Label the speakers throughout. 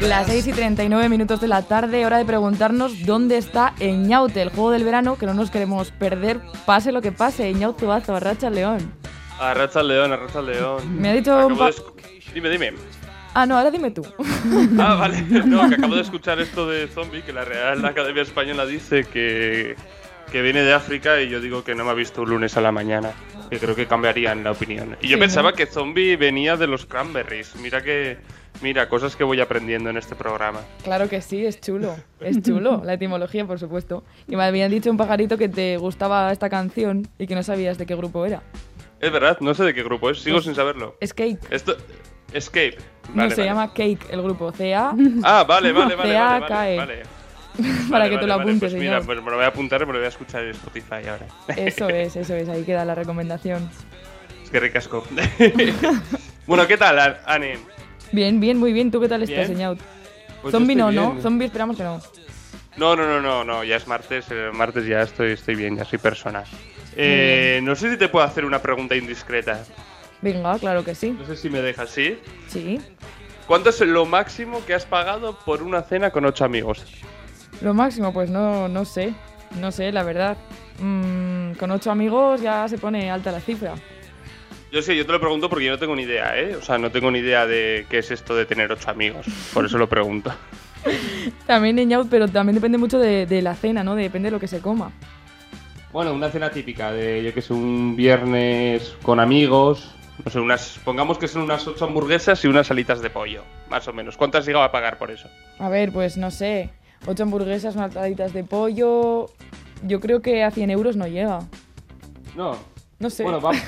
Speaker 1: Las 6 y 39 minutos de la tarde, hora de preguntarnos dónde está Eñaute, el juego del verano que no nos queremos perder, pase lo que pase. Eñaute Bazo, Arracha León.
Speaker 2: Arracha León, Arracha León.
Speaker 1: Me ha dicho. un
Speaker 2: Acabo
Speaker 1: pa-
Speaker 2: de escu- Dime, dime.
Speaker 1: Ah, no, ahora dime tú.
Speaker 2: Ah, vale. No, que acabo de escuchar esto de zombie, que la Real Academia Española dice que, que viene de África y yo digo que no me ha visto un lunes a la mañana. Que creo que cambiarían la opinión. Y yo
Speaker 1: Sí,
Speaker 2: pensaba
Speaker 1: ¿no?
Speaker 2: que zombie venía de los cranberries. Mira que... Mira, cosas que voy aprendiendo en este programa.
Speaker 1: Claro que sí, es chulo. Es chulo. La etimología, por supuesto. Y me habían dicho un pajarito que te gustaba esta canción y que no sabías de qué grupo era.
Speaker 2: Es verdad, no sé de qué grupo es, sigo sin saberlo.
Speaker 1: Es Cake.
Speaker 2: Esto... Escape.
Speaker 1: no,
Speaker 2: Vale,
Speaker 1: se
Speaker 2: vale.
Speaker 1: llama Cake el grupo. CA.
Speaker 2: Ah, vale, vale, vale. vale, vale,
Speaker 1: CAKE.
Speaker 2: vale.
Speaker 1: Para
Speaker 2: Vale,
Speaker 1: que tú
Speaker 2: vale,
Speaker 1: lo
Speaker 2: vale,
Speaker 1: apuntes,
Speaker 2: pues mira,
Speaker 1: señor.
Speaker 2: pues me lo voy a apuntar y me lo voy a escuchar en Spotify ahora.
Speaker 1: Eso es, eso es. Ahí queda la recomendación.
Speaker 2: Es que ricasco. bueno, ¿qué tal, An- Ane?
Speaker 1: Bien, bien, muy bien. ¿Tú qué tal estás,
Speaker 2: Bien.
Speaker 1: Eñaute?
Speaker 2: Pues yo
Speaker 1: Zombie no,
Speaker 2: estoy
Speaker 1: ¿no?
Speaker 2: bien.
Speaker 1: Zombie esperamos que no.
Speaker 2: No, no, no, no, no, ya es martes, el martes ya estoy, estoy bien, ya soy persona. Eh, no sé si te puedo hacer una pregunta indiscreta.
Speaker 1: Venga, claro que sí.
Speaker 2: No sé si me dejas, ¿sí?
Speaker 1: Sí.
Speaker 2: ¿Cuánto es lo máximo que has pagado por una cena con ocho amigos?
Speaker 1: Lo máximo, pues no, no sé. No sé, la verdad. Mm, con ocho amigos ya se pone alta la cifra.
Speaker 2: Yo sí, yo te lo pregunto porque yo no tengo ni idea, ¿eh? O sea, no tengo ni idea de qué es esto de tener ocho amigos. Por eso lo pregunto.
Speaker 1: También Eñaut, pero también depende mucho de, de la cena, ¿no? Depende de lo que se coma.
Speaker 2: Bueno, una cena típica de, yo que sé, un viernes con amigos. No sé, unas, pongamos que son unas ocho hamburguesas y unas alitas de pollo, más o menos. ¿Cuánto has llegado a pagar por eso?
Speaker 1: A ver, pues no sé. Ocho hamburguesas, unas talitas de pollo. Yo creo que a 100 euros no llega.
Speaker 2: No.
Speaker 1: No sé.
Speaker 2: Bueno, vamos,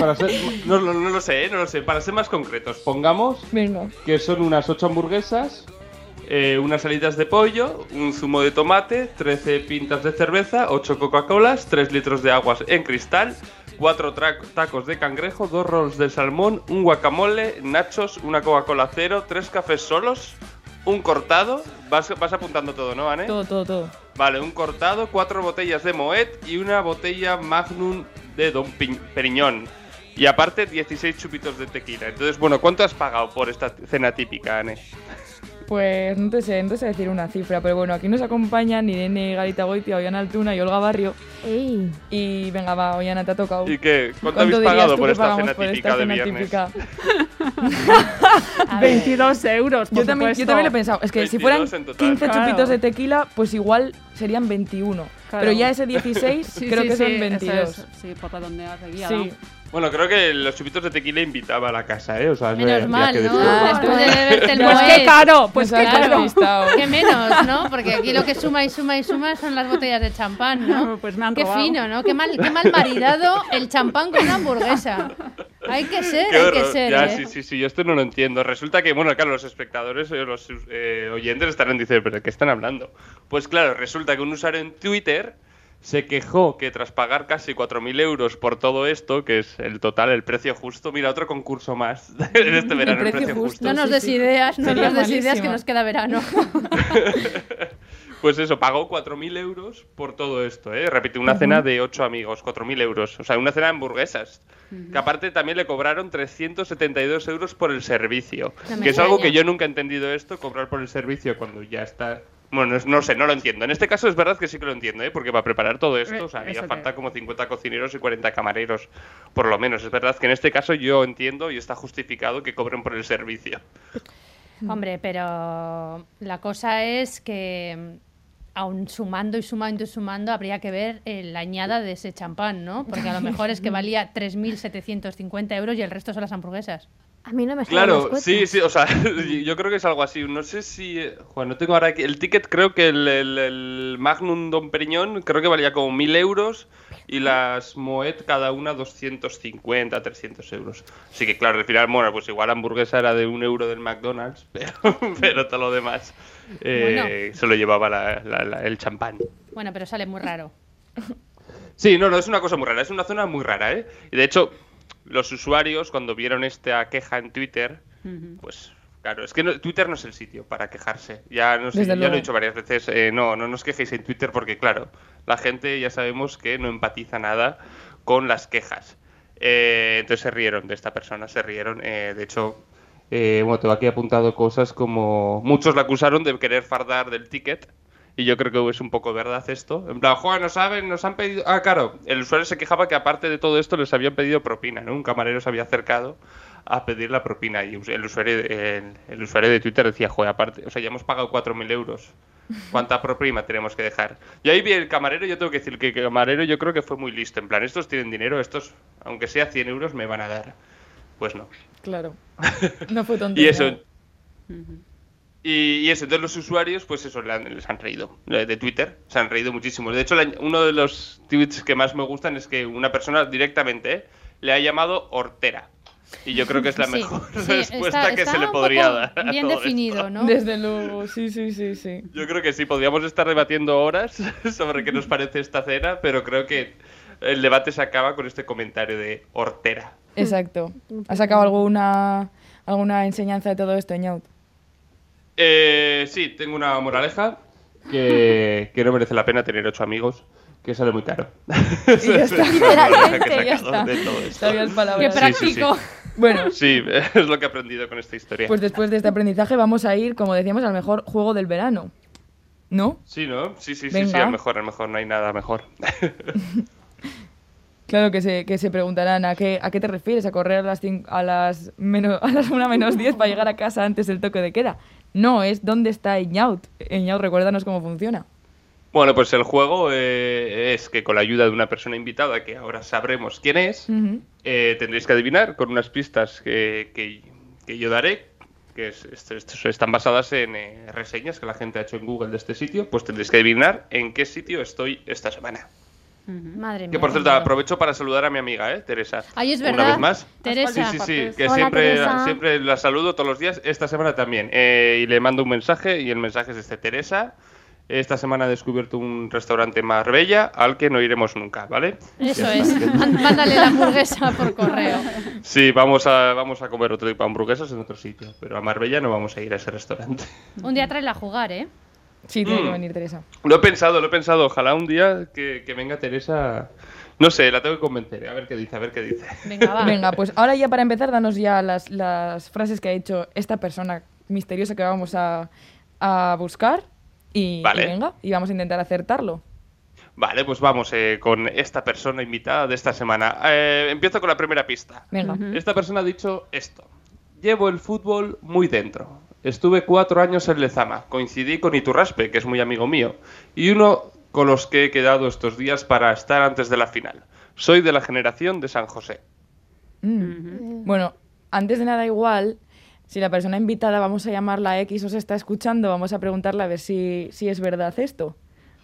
Speaker 2: para ser, no, no- no lo sé, eh, no lo sé. Para ser más concretos, pongamos
Speaker 1: Venga.
Speaker 2: que son unas ocho hamburguesas, eh, unas alitas de pollo, un zumo de tomate, 13 pintas de cerveza, 8 Coca-Colas, 3 litros de aguas en cristal, 4 tacos de cangrejo, 2 rolls de salmón, un guacamole, nachos, una Coca-Cola cero, 3 cafés solos, un cortado, vas, vas apuntando todo, ¿no, Anne?
Speaker 1: Todo, todo, todo.
Speaker 2: Vale, un cortado, 4 botellas de Moet y una botella Magnum de Don Pi- Periñón. Y aparte 16 chupitos de tequila. Entonces, bueno, ¿cuánto has pagado por esta cena típica, Anne?
Speaker 1: Pues no te sé, no te sé decir una cifra, pero bueno, aquí nos acompañan Irene Garita Goitia, Ollana Altuna y Olga Barrio.
Speaker 3: Ey,
Speaker 1: Y venga, va, Ollana, te ha tocado.
Speaker 2: ¿Y qué? ¿Cuánto,
Speaker 1: ¿Cuánto
Speaker 2: habéis
Speaker 1: dirías
Speaker 2: pagado
Speaker 1: tú
Speaker 2: por
Speaker 1: que
Speaker 2: esta
Speaker 1: pagamos
Speaker 2: cena
Speaker 1: por
Speaker 2: típica
Speaker 1: esta
Speaker 2: de
Speaker 1: cena
Speaker 2: viernes?
Speaker 1: típica?
Speaker 3: a ver.
Speaker 4: 22 euros, por
Speaker 1: Yo también, yo
Speaker 4: supuesto.
Speaker 1: también lo he pensado. Es que si
Speaker 2: 22
Speaker 1: fueran
Speaker 2: en total.
Speaker 1: 15
Speaker 4: Claro.
Speaker 1: chupitos de tequila, pues igual serían 21.
Speaker 4: Claro.
Speaker 1: Pero ya ese 16
Speaker 3: Sí,
Speaker 1: creo
Speaker 3: sí,
Speaker 1: que
Speaker 3: sí,
Speaker 1: son
Speaker 3: eso
Speaker 1: 22.
Speaker 3: es. Sí, por redondear de guía,
Speaker 1: Sí.
Speaker 2: Bueno, creo que los chupitos de tequila invitaba a la casa, ¿eh? O sea,
Speaker 3: ¿no?
Speaker 2: había-
Speaker 3: Menos
Speaker 2: había
Speaker 3: mal,
Speaker 2: que
Speaker 3: ¿no?
Speaker 2: decirlo.
Speaker 1: Ah,
Speaker 3: Después de beberte el
Speaker 4: Pues
Speaker 3: Moët.
Speaker 4: qué caro, pues
Speaker 1: Nos
Speaker 4: qué
Speaker 1: ha
Speaker 4: caro.
Speaker 1: despistado.
Speaker 3: Qué menos, ¿no? Porque aquí lo que suma y suma y suma son las botellas de champán,
Speaker 5: Ah,
Speaker 3: ¿no?
Speaker 4: Pues me han
Speaker 3: Qué
Speaker 4: robado.
Speaker 3: fino, ¿no? Qué mal, qué mal maridado el champán con una hamburguesa. Hay que ser,
Speaker 2: Qué
Speaker 3: hay que
Speaker 2: horror.
Speaker 3: ser,
Speaker 2: ya,
Speaker 3: ¿eh?
Speaker 2: sí, sí, sí, yo esto no lo entiendo. Resulta que, bueno, claro, los espectadores, eh, los eh, oyentes estarán diciendo, ¿pero de qué están hablando? Pues claro, resulta que un usuario en Twitter se quejó que tras pagar casi 4.000 euros por todo esto, que es el total, el precio justo, mira, otro concurso más en este verano, el
Speaker 1: precio
Speaker 2: precio, justo.
Speaker 1: justo.
Speaker 3: No nos des
Speaker 1: Sí, sí.
Speaker 3: ideas, no
Speaker 1: Sería
Speaker 3: nos des ideas que
Speaker 1: malísima.
Speaker 3: nos queda verano.
Speaker 2: Pues eso, pagó 4.000 euros por todo esto, ¿eh? Repite, una cena de 8 amigos, 4.000 euros. O sea, una cena de hamburguesas. Que aparte también le cobraron 372 euros por el servicio.
Speaker 3: No me
Speaker 2: que es algo
Speaker 3: extraña.
Speaker 2: que yo nunca he entendido esto, cobrar por el servicio cuando ya está... Bueno, es- no sé, no lo entiendo. En este caso es verdad que sí que lo entiendo, ¿eh? Porque para preparar todo esto, o sea,
Speaker 4: Eh,
Speaker 2: haría
Speaker 4: eso te-
Speaker 2: falta como 50 cocineros y 40 camareros, por lo menos. Es verdad que en este caso yo entiendo y está justificado que cobren por el servicio.
Speaker 3: Hombre, pero la cosa es que aún sumando y sumando y sumando habría que ver eh, la añada de ese champán, ¿no? Porque a lo mejor es que valía 3.750 euros y el resto son las hamburguesas.
Speaker 4: A mí no me salen las
Speaker 2: Claro,
Speaker 4: cuentas.
Speaker 2: sí, sí, o sea, yo creo que es algo así. No sé si. eh, Juan, no tengo ahora aquí. El ticket, creo que el, el- el Magnum Don Periñón, creo que valía como 1000 euros y las Moet cada una 250, 300 euros. Así que, claro, al final, bueno, pues igual la hamburguesa era de un euro del McDonald's, pero, pero todo lo demás eh, se lo llevaba la- la- la- el champán.
Speaker 3: Bueno, pero sale muy raro.
Speaker 2: Sí, no, no, es una cosa muy rara, es una zona muy rara, ¿eh? Y de hecho, los usuarios, cuando vieron esta queja en Twitter, pues claro, es que no- Twitter no es el sitio para quejarse. Ya, no sé,
Speaker 1: Desde
Speaker 2: ya lo
Speaker 1: luego.
Speaker 2: he dicho varias veces, eh, no, no nos quejéis en Twitter porque, claro, la gente ya sabemos que no empatiza nada con las quejas. Eh, entonces se rieron de esta persona, se rieron. eh, de hecho, eh, bueno, tengo aquí apuntado cosas como muchos la acusaron de querer fardar del ticket. Y yo creo que es un poco verdad esto. En plan, Juan, no saben, nos han pedido. Ah, claro, el usuario se quejaba que aparte de todo esto les habían pedido propina, ¿no? Un camarero se había acercado a pedir la propina y el usuario, el, el usuario de Twitter decía, joder, aparte, o sea, ya hemos pagado 4.000 euros. ¿Cuánta propina tenemos que dejar? Y ahí vi el camarero, yo tengo que decir que el camarero yo creo que fue muy listo. En plan, estos tienen dinero, estos, aunque sea 100 euros, me van a dar. Pues no.
Speaker 1: Claro. No fue tonto.
Speaker 2: Y eso. Y, y eso, entonces los usuarios, pues eso, le han- les han reído. eh, De Twitter, se han reído muchísimo. De hecho, la- uno de los tweets que más me gustan es que una persona directamente eh, le ha llamado hortera. Y yo creo que es la
Speaker 3: Sí,
Speaker 2: mejor
Speaker 3: sí,
Speaker 2: respuesta
Speaker 3: está-
Speaker 2: que
Speaker 3: está
Speaker 2: se le
Speaker 3: un
Speaker 2: podría
Speaker 3: poco
Speaker 2: dar. a
Speaker 3: Bien
Speaker 2: todo esto.
Speaker 3: definido, ¿no?
Speaker 1: Desde luego, sí, sí, sí, sí.
Speaker 2: Yo creo que sí, podríamos estar debatiendo horas sobre qué nos parece esta cena, pero creo que el debate se acaba con este comentario de hortera.
Speaker 1: Exacto. ¿Has sacado alguna, alguna enseñanza de todo esto, Ñaut?
Speaker 2: Eh, sí, tengo una moraleja que, que no merece la pena tener ocho amigos, que sale muy caro.
Speaker 1: Y ya está.
Speaker 2: Es la moraleja que
Speaker 1: Literalmente,
Speaker 2: he
Speaker 1: ya
Speaker 2: sacado
Speaker 1: está.
Speaker 2: de todo esto.
Speaker 1: Sabias
Speaker 3: Qué
Speaker 1: palabras.
Speaker 2: Sí, sí, sí.
Speaker 3: práctico.
Speaker 1: Bueno,
Speaker 2: Sí, es lo que he aprendido con esta historia.
Speaker 1: pues después de este aprendizaje vamos a ir, como decíamos, al mejor juego del verano. ¿No?
Speaker 2: Sí, ¿no? Sí, sí, sí, sí,
Speaker 1: Venga.
Speaker 2: a lo mejor, a lo mejor, no hay nada mejor.
Speaker 1: Claro que se, que se preguntarán a qué, a qué te refieres, a correr a las, cin- a las, menos, a las 1 menos 10 para llegar a casa antes del toque de queda. No, es dónde está Eñaut. Eñaut, recuérdanos cómo funciona.
Speaker 2: Bueno, pues el juego eh, es que con la ayuda de una persona invitada, que ahora sabremos quién es,
Speaker 1: Ujú.
Speaker 2: Eh, tendréis que adivinar con unas pistas que, que- que yo daré, que es- est- est- están basadas en eh, reseñas que la gente ha hecho en Google de este sitio, pues tendréis que adivinar en qué sitio estoy esta semana.
Speaker 3: Madre mía.
Speaker 2: Que por
Speaker 3: qué
Speaker 2: cierto,
Speaker 3: miedo.
Speaker 2: aprovecho para saludar a mi amiga, ¿eh? Teresa.
Speaker 3: Ay, es
Speaker 2: Una
Speaker 3: verdad.
Speaker 2: vez más.
Speaker 3: Teresa.
Speaker 2: Sí, sí, sí,
Speaker 4: Partes.
Speaker 2: que
Speaker 4: Hola,
Speaker 2: siempre,
Speaker 4: Teresa.
Speaker 2: siempre la saludo todos los días, esta semana también. Eh, y le mando un mensaje y el mensaje es este, Teresa. Esta semana he descubierto un restaurante en Marbella al que no iremos nunca, ¿vale?
Speaker 3: Eso es. Má- Mándale la hamburguesa por correo.
Speaker 2: Sí, vamos a, vamos a comer otro tipo de hamburguesas en otro sitio, pero a Marbella no vamos a ir a ese restaurante.
Speaker 3: Un día tráela a jugar, ¿eh?
Speaker 1: Sí, tiene que
Speaker 2: Mm.
Speaker 1: venir Teresa.
Speaker 2: Lo he pensado, lo he pensado. Ojalá un día que, que venga Teresa. No sé, la tengo que convencer. A ver qué dice, a ver qué dice.
Speaker 3: Venga, va.
Speaker 1: Venga, pues ahora ya para empezar, danos ya las, las frases que ha hecho esta persona misteriosa que vamos a, a buscar. Y,
Speaker 2: Vale.
Speaker 1: y venga, y vamos a intentar acertarlo.
Speaker 2: Vale, pues vamos eh, con esta persona invitada de esta semana. Eh, empiezo con la primera pista.
Speaker 1: Venga.
Speaker 2: Esta persona ha dicho esto. Llevo el fútbol muy dentro. Estuve cuatro años en Lezama. Coincidí con Iturraspe, que es muy amigo mío, y uno con los que he quedado estos días para estar antes de la final. Soy de la generación de San José.
Speaker 1: Mm. Bueno, antes de nada igual, si la persona invitada, vamos a llamarla X, os está escuchando, vamos a preguntarle a ver si, si es verdad esto.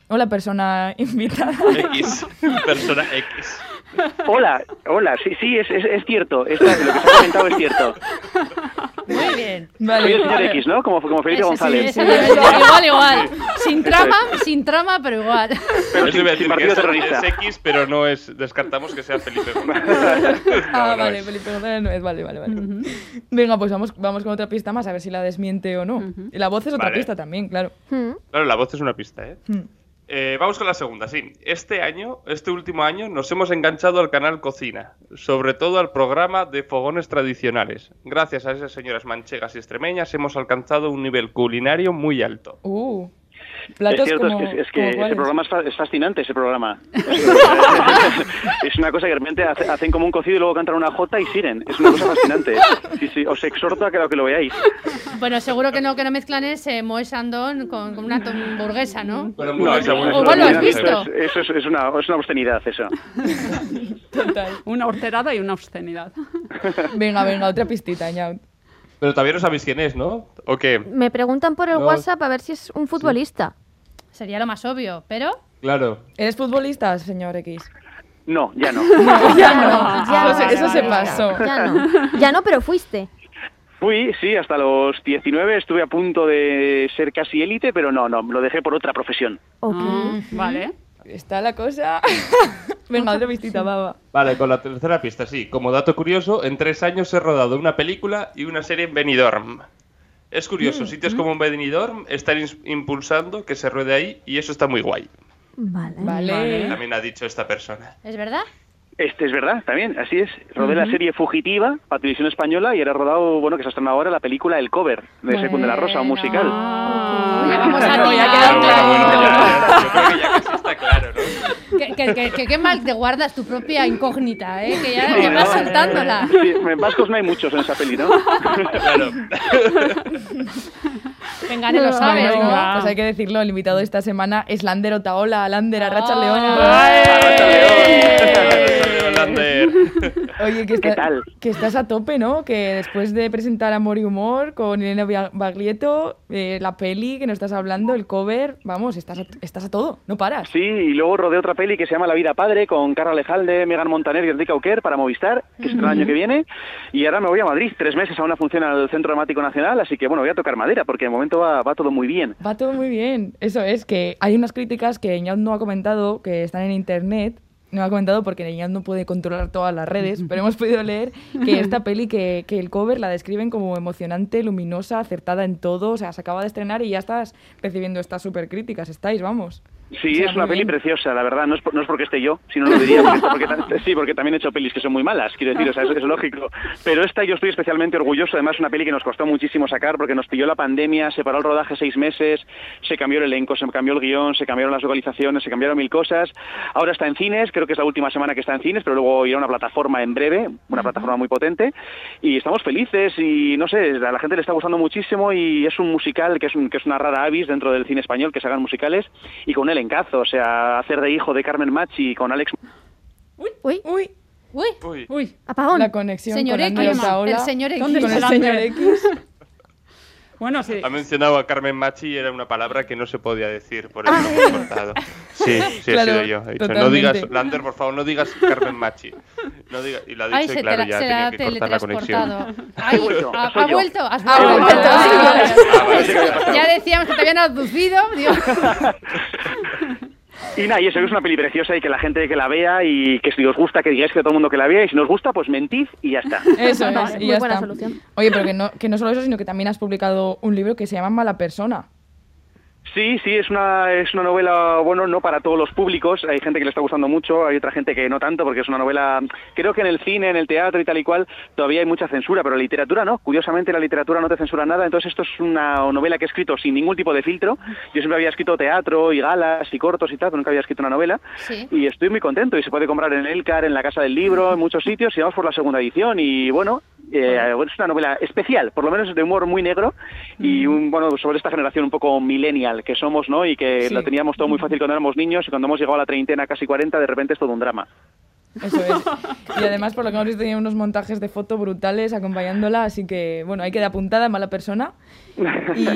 Speaker 1: Hola, persona invitada.
Speaker 2: X. Persona X.
Speaker 6: Hola, hola, sí, sí, es, es, es cierto, es cierto, lo que se ha comentado es cierto.
Speaker 3: Muy bien.
Speaker 6: Soy el señor
Speaker 1: vale.
Speaker 6: X, ¿no? Como, como
Speaker 3: Ese
Speaker 6: Felipe
Speaker 3: sí,
Speaker 6: González.
Speaker 3: ese sí, igual, igual. Sin trama, sin trama, pero igual.
Speaker 2: Eso
Speaker 6: Pero sin,
Speaker 2: iba a
Speaker 6: sin
Speaker 2: decir que
Speaker 6: partido
Speaker 2: es,
Speaker 6: terrorista.
Speaker 2: es X, pero no es. Descartamos que sea Felipe. González.
Speaker 1: Ah,
Speaker 2: No, no
Speaker 1: vale,
Speaker 2: es.
Speaker 1: Felipe González no es. Vale, vale,
Speaker 4: Mm.
Speaker 1: vale. Venga, pues vamos, vamos con otra pista más, a ver si la desmiente o no. Y La voz es otra
Speaker 2: Vale.
Speaker 1: pista también, claro.
Speaker 4: Hmm.
Speaker 2: Claro, la voz es una pista, ¿eh?
Speaker 1: Mm.
Speaker 2: Eh, Vamos con la segunda, sí. Este año, este último año, nos hemos enganchado al canal Cocina, sobre todo al programa de fogones tradicionales. Gracias a esas señoras manchegas y extremeñas hemos alcanzado un nivel culinario muy alto.
Speaker 1: Uh.
Speaker 6: Es
Speaker 1: Platos
Speaker 6: cierto, es
Speaker 1: como,
Speaker 6: que, es que
Speaker 1: como
Speaker 6: ese
Speaker 1: cuáles.
Speaker 6: programa es, fa- es fascinante, ese programa. Es- es una cosa que realmente hace- hacen como un cocido y luego cantan una jota y siguen. Es una cosa fascinante. Sí, sí, os exhorto a que lo, que lo veáis.
Speaker 3: Bueno, seguro que no, que no mezclan ese Moes Andón con, con una to- hamburguesa, ¿no?
Speaker 2: Bueno,
Speaker 6: No, eso-
Speaker 3: bueno,
Speaker 6: eso-
Speaker 3: vos lo has
Speaker 6: eso-
Speaker 3: visto.
Speaker 6: Eso, es, eso es una, es una obscenidad, eso.
Speaker 1: Total.
Speaker 5: Una horterada y una obscenidad.
Speaker 1: Venga, venga, otra pistita, Ñaut.
Speaker 2: Pero todavía no sabéis quién es, ¿no? ¿O qué?
Speaker 4: Me preguntan por el
Speaker 2: No.
Speaker 4: WhatsApp a ver si es un futbolista.
Speaker 3: Sería lo más obvio, pero
Speaker 2: Claro.
Speaker 1: ¿Eres futbolista, señor X?
Speaker 6: No, ya no.
Speaker 1: ya no.
Speaker 4: Ya
Speaker 1: Ah, Eso se-
Speaker 4: no,
Speaker 1: eso
Speaker 4: ya
Speaker 1: se
Speaker 4: no,
Speaker 1: pasó.
Speaker 4: Ya no. Ya no, pero fuiste.
Speaker 6: Fui, sí, hasta los 19 estuve a punto de ser casi élite, pero no, no, lo dejé por otra profesión.
Speaker 4: Ok.
Speaker 1: Mm.
Speaker 5: Ah, vale.
Speaker 1: Está la cosa. Venga, otra pistita, va, va.
Speaker 2: Vale, con la tercera pista, sí. Como dato curioso, en tres años he rodado una película y una serie en Benidorm. Es curioso, sitios como Benidorm están ins- impulsando que se ruede ahí y eso está muy guay.
Speaker 4: Vale.
Speaker 1: Vale.
Speaker 2: También ha dicho esta persona.
Speaker 3: ¿es verdad?
Speaker 6: Este es verdad, también, así es. Rodé la serie Fugitiva para televisión española y era rodado, bueno, que se ha estrenado ahora la película El Cover de Secunda la Rosa, un musical.
Speaker 2: Ah.
Speaker 3: Ya Ah, vamos a
Speaker 1: No, ya queda
Speaker 3: tirar.
Speaker 1: claro.
Speaker 2: yo creo que ya casi está claro, ¿no?
Speaker 3: Que, que, que- que qué mal te guardas tu propia incógnita, ¿eh? Que ya
Speaker 6: Sí,
Speaker 3: que vas
Speaker 6: ¿no?
Speaker 3: soltándola.
Speaker 6: Sí, vascos no hay muchos en esa peli, ¿no?
Speaker 2: Claro.
Speaker 3: Venga, no lo sabes,
Speaker 1: Bueno,
Speaker 3: ¿no?
Speaker 5: venga.
Speaker 1: Pues hay que decirlo, el invitado de esta semana es Lander Otaola, Lander Arracha
Speaker 3: Ah.
Speaker 2: Arracha ¡Eh!
Speaker 1: León.
Speaker 2: León. Arracha León, Lander.
Speaker 1: Oye, que, está-
Speaker 6: tal?
Speaker 1: que estás a tope, ¿no? Que después de presentar Amor y Humor con Elena Bia- Baglietto, eh, la peli que nos estás hablando, el cover, vamos, estás a, estás a todo, no paras.
Speaker 6: Sí, y luego rodé otra peli que se llama La vida padre con Carla Lejalde, Megan Montaner y Enrique Auquer para Movistar, que es el año que viene. Y ahora me voy a Madrid, tres meses a una función al Centro Dramático Nacional, así que bueno, voy a tocar madera porque de momento va, va todo muy bien.
Speaker 1: Va todo muy bien. Eso es, que hay unas críticas que Iñat no ha comentado, que están en internet. No ha comentado porque Iñat no puede controlar todas las redes, pero hemos podido leer que esta peli, que, que el cover la describen como emocionante, luminosa, acertada en todo. O sea, se acaba de estrenar y ya estás recibiendo estas super críticas. Estáis, vamos.
Speaker 6: Sí,
Speaker 1: O sea,
Speaker 6: es una
Speaker 1: muy
Speaker 6: peli
Speaker 1: bien.
Speaker 6: preciosa, la verdad. No es, por- no es porque esté yo, sino lo diría. Porque, porque tam- sí, porque también he hecho pelis que son muy malas, quiero decir, o sea, es, es lógico. Pero esta yo estoy especialmente orgulloso. Además, es una peli que nos costó muchísimo sacar porque nos pilló la pandemia, se paró el rodaje seis meses, se cambió el elenco, se cambió el guión, se cambiaron las localizaciones, se cambiaron mil cosas. Ahora está en cines, creo que es la última semana que está en cines, pero luego irá a una plataforma en breve, una plataforma muy potente. Y estamos felices y no sé, a la gente le está gustando muchísimo y es un musical que es, un- que es una rara avis dentro del cine español que se hagan musicales y con el encazo, o sea, hacer de hijo de Carmen Machi con Alex
Speaker 4: Uy,
Speaker 1: Uy,
Speaker 3: Uy,
Speaker 2: Uy.
Speaker 5: Uy,
Speaker 4: apagón.
Speaker 1: la conexión
Speaker 3: Señor
Speaker 1: con Lander
Speaker 3: X,
Speaker 1: Otaola,
Speaker 3: el señor X.
Speaker 1: con el
Speaker 5: ¿Dónde está
Speaker 1: señor
Speaker 5: Lander?
Speaker 1: X.
Speaker 5: bueno, sí.
Speaker 2: Ha mencionado a Carmen Machi y era una palabra que no se podía decir, por eso lo hemos cortado. Sí, sí,
Speaker 1: Claro,
Speaker 2: he sido yo. He dicho, no
Speaker 1: totalmente.
Speaker 2: digas, Lander, por favor, no digas Carmen Machi. No digas, y lo ha dicho
Speaker 3: Ay,
Speaker 2: y
Speaker 3: se
Speaker 2: claro,
Speaker 3: te la-
Speaker 2: ya
Speaker 3: se la
Speaker 2: tenía
Speaker 3: ha
Speaker 2: que cortar la conexión.
Speaker 3: teletransportado. Ay,
Speaker 6: He vuelto,
Speaker 3: ha,
Speaker 6: soy
Speaker 3: ha
Speaker 6: yo.
Speaker 3: vuelto, has
Speaker 1: Ha
Speaker 3: vuelto.
Speaker 1: vuelto,
Speaker 3: Ah,
Speaker 1: sí,
Speaker 3: vale.
Speaker 2: Ah, vale, sí que había pasado.
Speaker 3: Ya decíamos que te habían abducido. digo.
Speaker 6: Y nada, y eso que es una peli preciosa y que la gente que la vea y que si os gusta que digáis que todo el mundo que la vea y si no os gusta pues mentid y ya está.
Speaker 1: Eso es,
Speaker 4: Vale,
Speaker 1: y
Speaker 4: muy
Speaker 1: ya
Speaker 4: buena
Speaker 1: está.
Speaker 4: solución.
Speaker 1: Oye, pero que no, que no solo eso, sino que también has publicado un libro que se llama Mala Persona.
Speaker 6: Sí, sí, es una, es una novela, bueno, no para todos los públicos, hay gente que le está gustando mucho, hay otra gente que no tanto, porque es una novela, creo que en el cine, en el teatro y tal y cual, todavía hay mucha censura, pero la literatura no, curiosamente la literatura no te censura nada, entonces esto es una novela que he escrito sin ningún tipo de filtro, yo siempre había escrito teatro y galas y cortos y tal, pero nunca había escrito una novela,
Speaker 3: Sí.
Speaker 6: y estoy muy contento, y se puede comprar en Elcar, en la Casa del Libro, en muchos sitios, y vamos por la segunda edición, y bueno... eh, bueno, es una novela especial, por lo menos de humor muy negro y
Speaker 1: Mm.
Speaker 6: un, bueno sobre esta generación un poco millennial que somos, ¿no? Y que
Speaker 1: Sí.
Speaker 6: lo teníamos todo muy fácil cuando éramos niños y cuando hemos llegado a la treintena, casi cuarenta, de repente es todo un drama.
Speaker 1: Eso es. Y además, por lo que hemos visto, tenía unos montajes de foto brutales acompañándola, así que, bueno, ahí queda apuntada, mala persona. Y,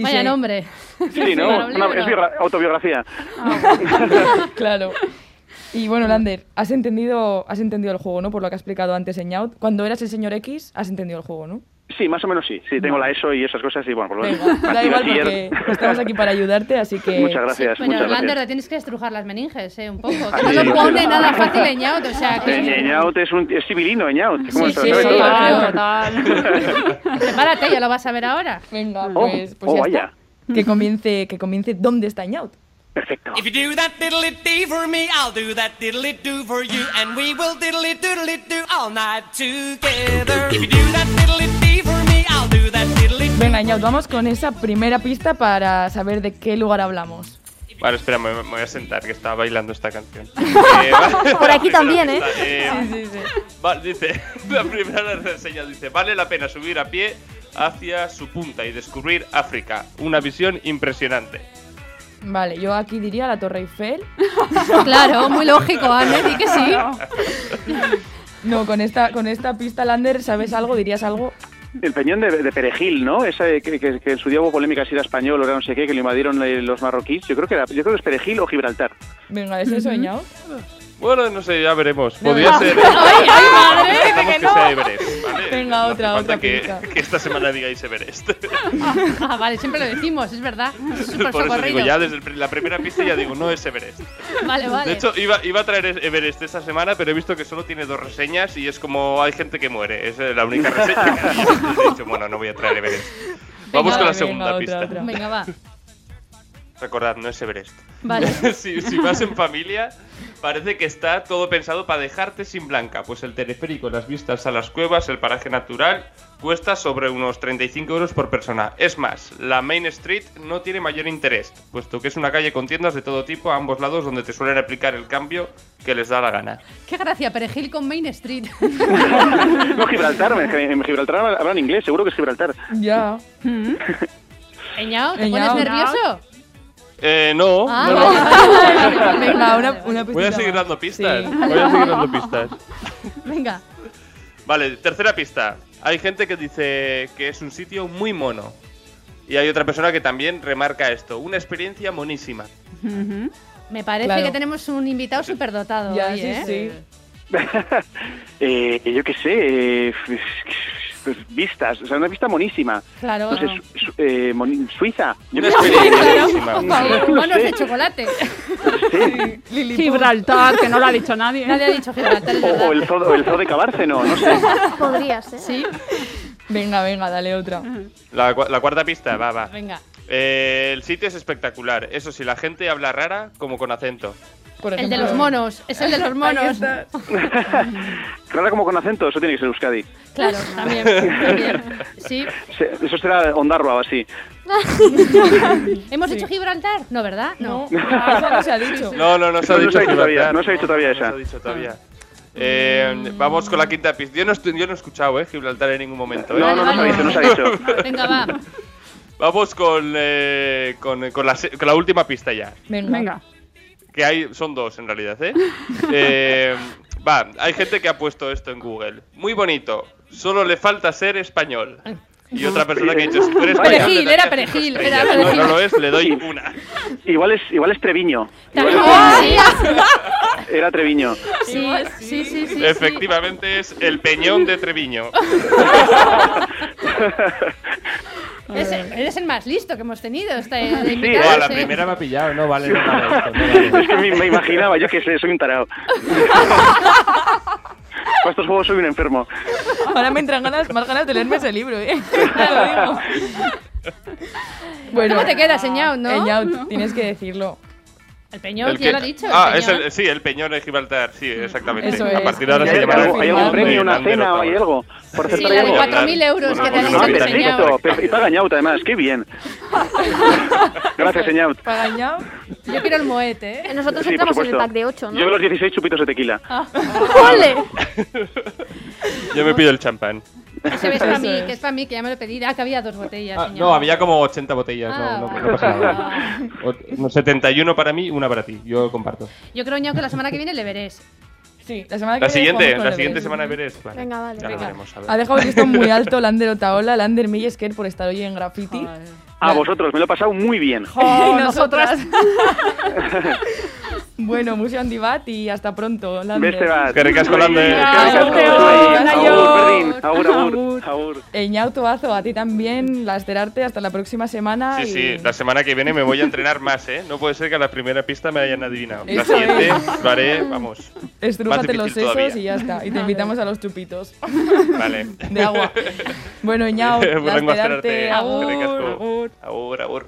Speaker 1: y
Speaker 3: Vaya
Speaker 1: se-
Speaker 3: nombre.
Speaker 6: Sí, ¿no?
Speaker 3: Para un
Speaker 6: Una- es
Speaker 3: libro.
Speaker 6: biogra- autobiografía.
Speaker 1: Claro. Y bueno, Lander, has entendido, has entendido el juego, ¿no? Por lo que ha explicado antes en Yaut. Cuando eras el señor X, has entendido el juego, ¿no?
Speaker 6: Sí, más o menos sí. Sí, tengo la ESO y esas cosas y bueno, por lo menos.
Speaker 1: Venga, da
Speaker 6: Bachiller.
Speaker 1: igual porque estamos aquí para ayudarte, así que...
Speaker 6: Muchas gracias,
Speaker 3: Pero
Speaker 6: muchas
Speaker 3: Lander,
Speaker 6: gracias.
Speaker 3: te tienes que estrujar las meninges, ¿eh? Un poco.
Speaker 6: Ah,
Speaker 3: Que no
Speaker 6: sí,
Speaker 3: lo
Speaker 6: sí,
Speaker 3: pone
Speaker 6: sí.
Speaker 3: nada fácil Eñaut, o sea, que...
Speaker 6: Eh, Ñaut es un es civilino, Ñaut. ¿Cómo
Speaker 1: Sí,
Speaker 6: se
Speaker 1: sí,
Speaker 6: sabe
Speaker 1: sí,
Speaker 6: todo?
Speaker 1: claro.
Speaker 5: total, total.
Speaker 3: Prepárate, ya lo vas a ver ahora.
Speaker 1: Venga,
Speaker 6: Oh,
Speaker 1: pues, pues
Speaker 6: oh,
Speaker 1: ya
Speaker 6: vaya.
Speaker 1: está. Que comience, que comience ¿Dónde está Yaut?
Speaker 6: Perfecto.
Speaker 7: If you do that diddly dee for me, I'll do that diddly do for you, and we will diddly doodly do all night together. If you do that diddly dee for me, I'll do that diddly.
Speaker 1: Venga, Yaut, vamos con esa primera pista para saber de qué lugar hablamos.
Speaker 2: Vale, espera, me, me voy a sentar, que estaba bailando esta canción. Eh, vale.
Speaker 4: Por aquí también, ¿eh?
Speaker 2: Eh,
Speaker 1: Sí, sí.
Speaker 2: Vale, dice, la primera reseña dice, vale la pena subir a pie hacia su punta y descubrir África, una visión impresionante.
Speaker 1: Vale, yo aquí diría la Torre Eiffel.
Speaker 3: Claro, muy lógico, Anne, di que sí.
Speaker 1: No, con esta, con esta pista, Lander, ¿sabes algo? ¿Dirías algo?
Speaker 6: El peñón de, de Perejil, ¿no? Ese que, que- que en su día hubo polémica si era español o era no sé qué, que lo invadieron eh, los marroquíes. Yo creo que era, yo creo que es Perejil o Gibraltar.
Speaker 1: Venga, ¿es eso, Ñao?
Speaker 2: Bueno, no sé, ya veremos. Podría ser. ¿eh?
Speaker 3: ¡Ay, ay, madre!
Speaker 2: Intentamos que sea Everest, ¿vale?
Speaker 1: Venga,
Speaker 2: hace
Speaker 1: otra,
Speaker 2: falta
Speaker 1: otra
Speaker 2: que,
Speaker 1: pista.
Speaker 2: que esta semana digáis Everest.
Speaker 3: Ah, vale, siempre lo decimos, es verdad. Es súper
Speaker 2: Por eso digo,
Speaker 3: socorrido.
Speaker 2: ya desde el pri- la primera pista ya digo, no es Everest.
Speaker 3: Vale, vale.
Speaker 2: De hecho, iba, iba a traer Everest esta semana, pero he visto que solo tiene dos reseñas y es como hay gente que muere. Es eh, la única reseña que hay. Entonces He dicho, bueno, no voy a traer Everest. Vamos
Speaker 1: Venga,
Speaker 2: con la
Speaker 1: venga,
Speaker 2: segunda
Speaker 1: otra,
Speaker 2: pista.
Speaker 1: otra.
Speaker 3: Venga, va.
Speaker 2: Recordad, no es Everest.
Speaker 3: Vale.
Speaker 2: si, si vas en familia, parece que está todo pensado para dejarte sin blanca, pues el teleférico, las vistas a las cuevas, el paraje natural, cuesta sobre unos 35 euros por persona. Es más, la Main Street no tiene mayor interés, puesto que es una calle con tiendas de todo tipo a ambos lados donde te suelen aplicar el cambio que les da la gana.
Speaker 3: Qué gracia, perejil con Main Street.
Speaker 6: No, Gibraltar, en en Gibraltar hablan inglés, seguro que es Gibraltar.
Speaker 1: Ya.
Speaker 3: Eñao, ¿te
Speaker 1: Eñao.
Speaker 3: pones nervioso?
Speaker 2: Eh, no,
Speaker 3: Ah,
Speaker 2: no, no.
Speaker 3: vale, vale, vale, vale.
Speaker 1: Venga, una, una
Speaker 2: Voy a
Speaker 1: pistita
Speaker 2: seguir
Speaker 1: más.
Speaker 2: dando
Speaker 1: Sí.
Speaker 2: pistas. Voy a seguir dando pistas.
Speaker 3: Venga.
Speaker 2: Vale, tercera pista. Hay gente que dice que es un sitio muy mono. Y hay otra persona que también remarca esto. Una experiencia monísima.
Speaker 3: Me parece
Speaker 1: Claro.
Speaker 3: que tenemos un invitado superdotado
Speaker 1: Ya,
Speaker 3: hoy,
Speaker 1: sí,
Speaker 3: ¿eh?
Speaker 1: sí.
Speaker 6: Eh, yo qué sé, eh, pues, vistas, o sea, una vista monísima.
Speaker 3: Claro.
Speaker 2: Pues
Speaker 6: No sé, su- su- eh, moni- Suiza. Yo
Speaker 2: Una
Speaker 6: qué sé.
Speaker 2: experiencia
Speaker 3: Por
Speaker 2: monísima.
Speaker 3: favor,
Speaker 6: No
Speaker 3: manos
Speaker 6: sé.
Speaker 3: de chocolate.
Speaker 5: Gibraltar, que no lo ha dicho nadie.
Speaker 3: Nadie ha dicho Gibraltar, es
Speaker 6: O,
Speaker 3: verdad.
Speaker 6: o el, zoo, o el zoo de Cabárceno, no sé.
Speaker 4: Podría ser.
Speaker 3: Sí,
Speaker 1: Venga, venga, dale otra.
Speaker 2: La, cua- la cuarta pista, va, va.
Speaker 3: venga.
Speaker 2: Eh, el sitio es espectacular. Eso sí, la gente habla rara como con acento.
Speaker 1: Por
Speaker 3: El de
Speaker 1: ejemplo.
Speaker 3: los monos, es el de los
Speaker 1: Ahí
Speaker 3: monos.
Speaker 1: está.
Speaker 6: Claro, como con acento, eso tiene que ser Euskadi.
Speaker 3: Claro, también, también. Sí.
Speaker 6: Se- Eso será Ondarroa o así.
Speaker 3: ¿Hemos dicho Gibraltar? No, ¿verdad?
Speaker 1: No, ah, esa no se ha dicho.
Speaker 2: No, no, no se ha
Speaker 6: No, no
Speaker 2: dicho
Speaker 6: se ha dicho todavía,
Speaker 2: Gibraltar.
Speaker 6: no se ha dicho todavía
Speaker 2: no
Speaker 6: esa.
Speaker 2: se ha dicho todavía. Eh, vamos con la quinta pista. Yo no, estu- yo no he escuchado, eh, Gibraltar en ningún momento. eh.
Speaker 6: No, no, no se ha dicho, no se ha dicho.
Speaker 3: Venga, va.
Speaker 2: Vamos con, eh, con, con la, se- con la última pista ya.
Speaker 1: Venga.
Speaker 5: Venga.
Speaker 2: Que hay, son dos en realidad, ¿eh? Eh, Va, hay gente que ha puesto esto en Google. Muy bonito, solo le falta ser español. Y otra persona que ha dicho, si tú eres español, le
Speaker 3: Perejil,
Speaker 2: daría
Speaker 3: era
Speaker 2: cinco
Speaker 3: perejil, era
Speaker 2: estrellas. No,
Speaker 3: perejil.
Speaker 2: No, lo es, le doy una.
Speaker 6: Igual es, igual es Treviño. Igual
Speaker 3: También,
Speaker 6: era Treviño.
Speaker 3: sí, sí, sí, sí, sí, sí.
Speaker 2: Efectivamente es el peñón de Treviño.
Speaker 3: Es- eres el más listo que hemos tenido. Este, de
Speaker 6: Claro,
Speaker 2: Buah,
Speaker 3: invitados,
Speaker 2: la
Speaker 3: ¿eh?
Speaker 2: primera me ha pillado, no vale, no vale esto, no vale esto.
Speaker 6: Es que me, me imaginaba, yo qué sé, soy un tarao. Para estos juegos soy un enfermo.
Speaker 1: Ahora me entran ganas, más ganas de leerme ese libro, ¿eh? Te lo digo. Bueno,
Speaker 3: ¿Cómo te quedas, Eñao, no?
Speaker 1: Eñao, tienes que decirlo.
Speaker 3: El peñón,
Speaker 2: El
Speaker 3: ya
Speaker 2: que-
Speaker 3: lo ha dicho. el
Speaker 2: Ah, es
Speaker 3: peñón.
Speaker 2: el, sí, el peñón de Gibraltar, sí, exactamente.
Speaker 1: Eso
Speaker 2: A
Speaker 1: es.
Speaker 2: partir de ahora
Speaker 1: ¿Hay
Speaker 2: se
Speaker 6: ¿Hay
Speaker 2: llamará
Speaker 6: algo- hay algún
Speaker 2: el
Speaker 6: premio,
Speaker 2: peñón
Speaker 6: una
Speaker 2: de
Speaker 6: cena o hay
Speaker 2: Northampton.
Speaker 6: algo? Por
Speaker 3: Sí, la
Speaker 6: acertar
Speaker 3: de
Speaker 6: algo.
Speaker 3: 4.000 euros que te han
Speaker 6: Ah,
Speaker 3: dicho,
Speaker 6: perfecto.
Speaker 3: Señor.
Speaker 6: Pe- Y paga Ñaut, además, qué bien. Gracias, Ñaut.
Speaker 1: Para Eñao,
Speaker 3: Yo quiero el moete, ¿eh?
Speaker 4: Nosotros
Speaker 6: Sí, por
Speaker 4: entramos en el
Speaker 6: supuesto.
Speaker 4: pack de 8, ¿no? Ah.
Speaker 6: Yo los 16 chupitos de tequila.
Speaker 4: ¡Ole!
Speaker 2: Yo me pido el champán.
Speaker 3: Ese es para
Speaker 1: Eso
Speaker 3: mí,
Speaker 1: es.
Speaker 3: que es para mí, que ya me lo pedí. Ah, que había dos botellas,
Speaker 2: Ah,
Speaker 3: Eñao.
Speaker 2: no, había como 80 botellas,
Speaker 3: Ah,
Speaker 2: no, no,
Speaker 3: vale.
Speaker 2: no pasa nada. O- 71 para mí, una para ti, yo comparto.
Speaker 3: Yo creo, Eñao, que la semana que viene le veréis.
Speaker 1: sí, la semana que
Speaker 2: La
Speaker 1: viene
Speaker 2: siguiente,
Speaker 1: jugamos con
Speaker 2: la
Speaker 1: el
Speaker 2: siguiente
Speaker 1: Everest.
Speaker 2: semana de Everest. Vale.
Speaker 4: Venga, vale.
Speaker 2: Ya lo
Speaker 4: Venga.
Speaker 2: veremos, a ver.
Speaker 1: Ha dejado el listón muy alto Lander Otaola, Lander Millesker por estar hoy en Graffiti.
Speaker 6: A vosotros, me lo he pasado muy bien.
Speaker 1: Y nosotras. bueno, Museo Andibat y hasta pronto, Lander.
Speaker 6: Beste bat.
Speaker 2: Eskerrik asko, Lander.
Speaker 6: Eskerrik asko.
Speaker 1: Agur,
Speaker 6: Zuei.
Speaker 1: agur.
Speaker 6: Agur, berdin. Agur, agur.
Speaker 1: Agur.
Speaker 6: Agur.
Speaker 1: Eñao Toazo, a ti también, lasterarte hasta la próxima semana.
Speaker 2: Sí,
Speaker 1: y-
Speaker 2: sí, la semana que viene me voy a entrenar más, ¿eh? No puede ser que a la primera pista me hayan adivinado. La
Speaker 1: Eso
Speaker 2: siguiente
Speaker 1: es.
Speaker 2: lo haré, vamos.
Speaker 1: Estrújate
Speaker 2: Más
Speaker 1: los
Speaker 2: difícil
Speaker 1: sesos
Speaker 2: todavía.
Speaker 1: y ya está. Y te invitamos a los chupitos
Speaker 2: Vale.
Speaker 1: de agua. Bueno, Eñao,
Speaker 2: Hurrengo
Speaker 1: lasterarte.
Speaker 2: asterarte.
Speaker 1: Agur,
Speaker 2: Eskerrik asko.
Speaker 1: agur.
Speaker 2: Agur, agur.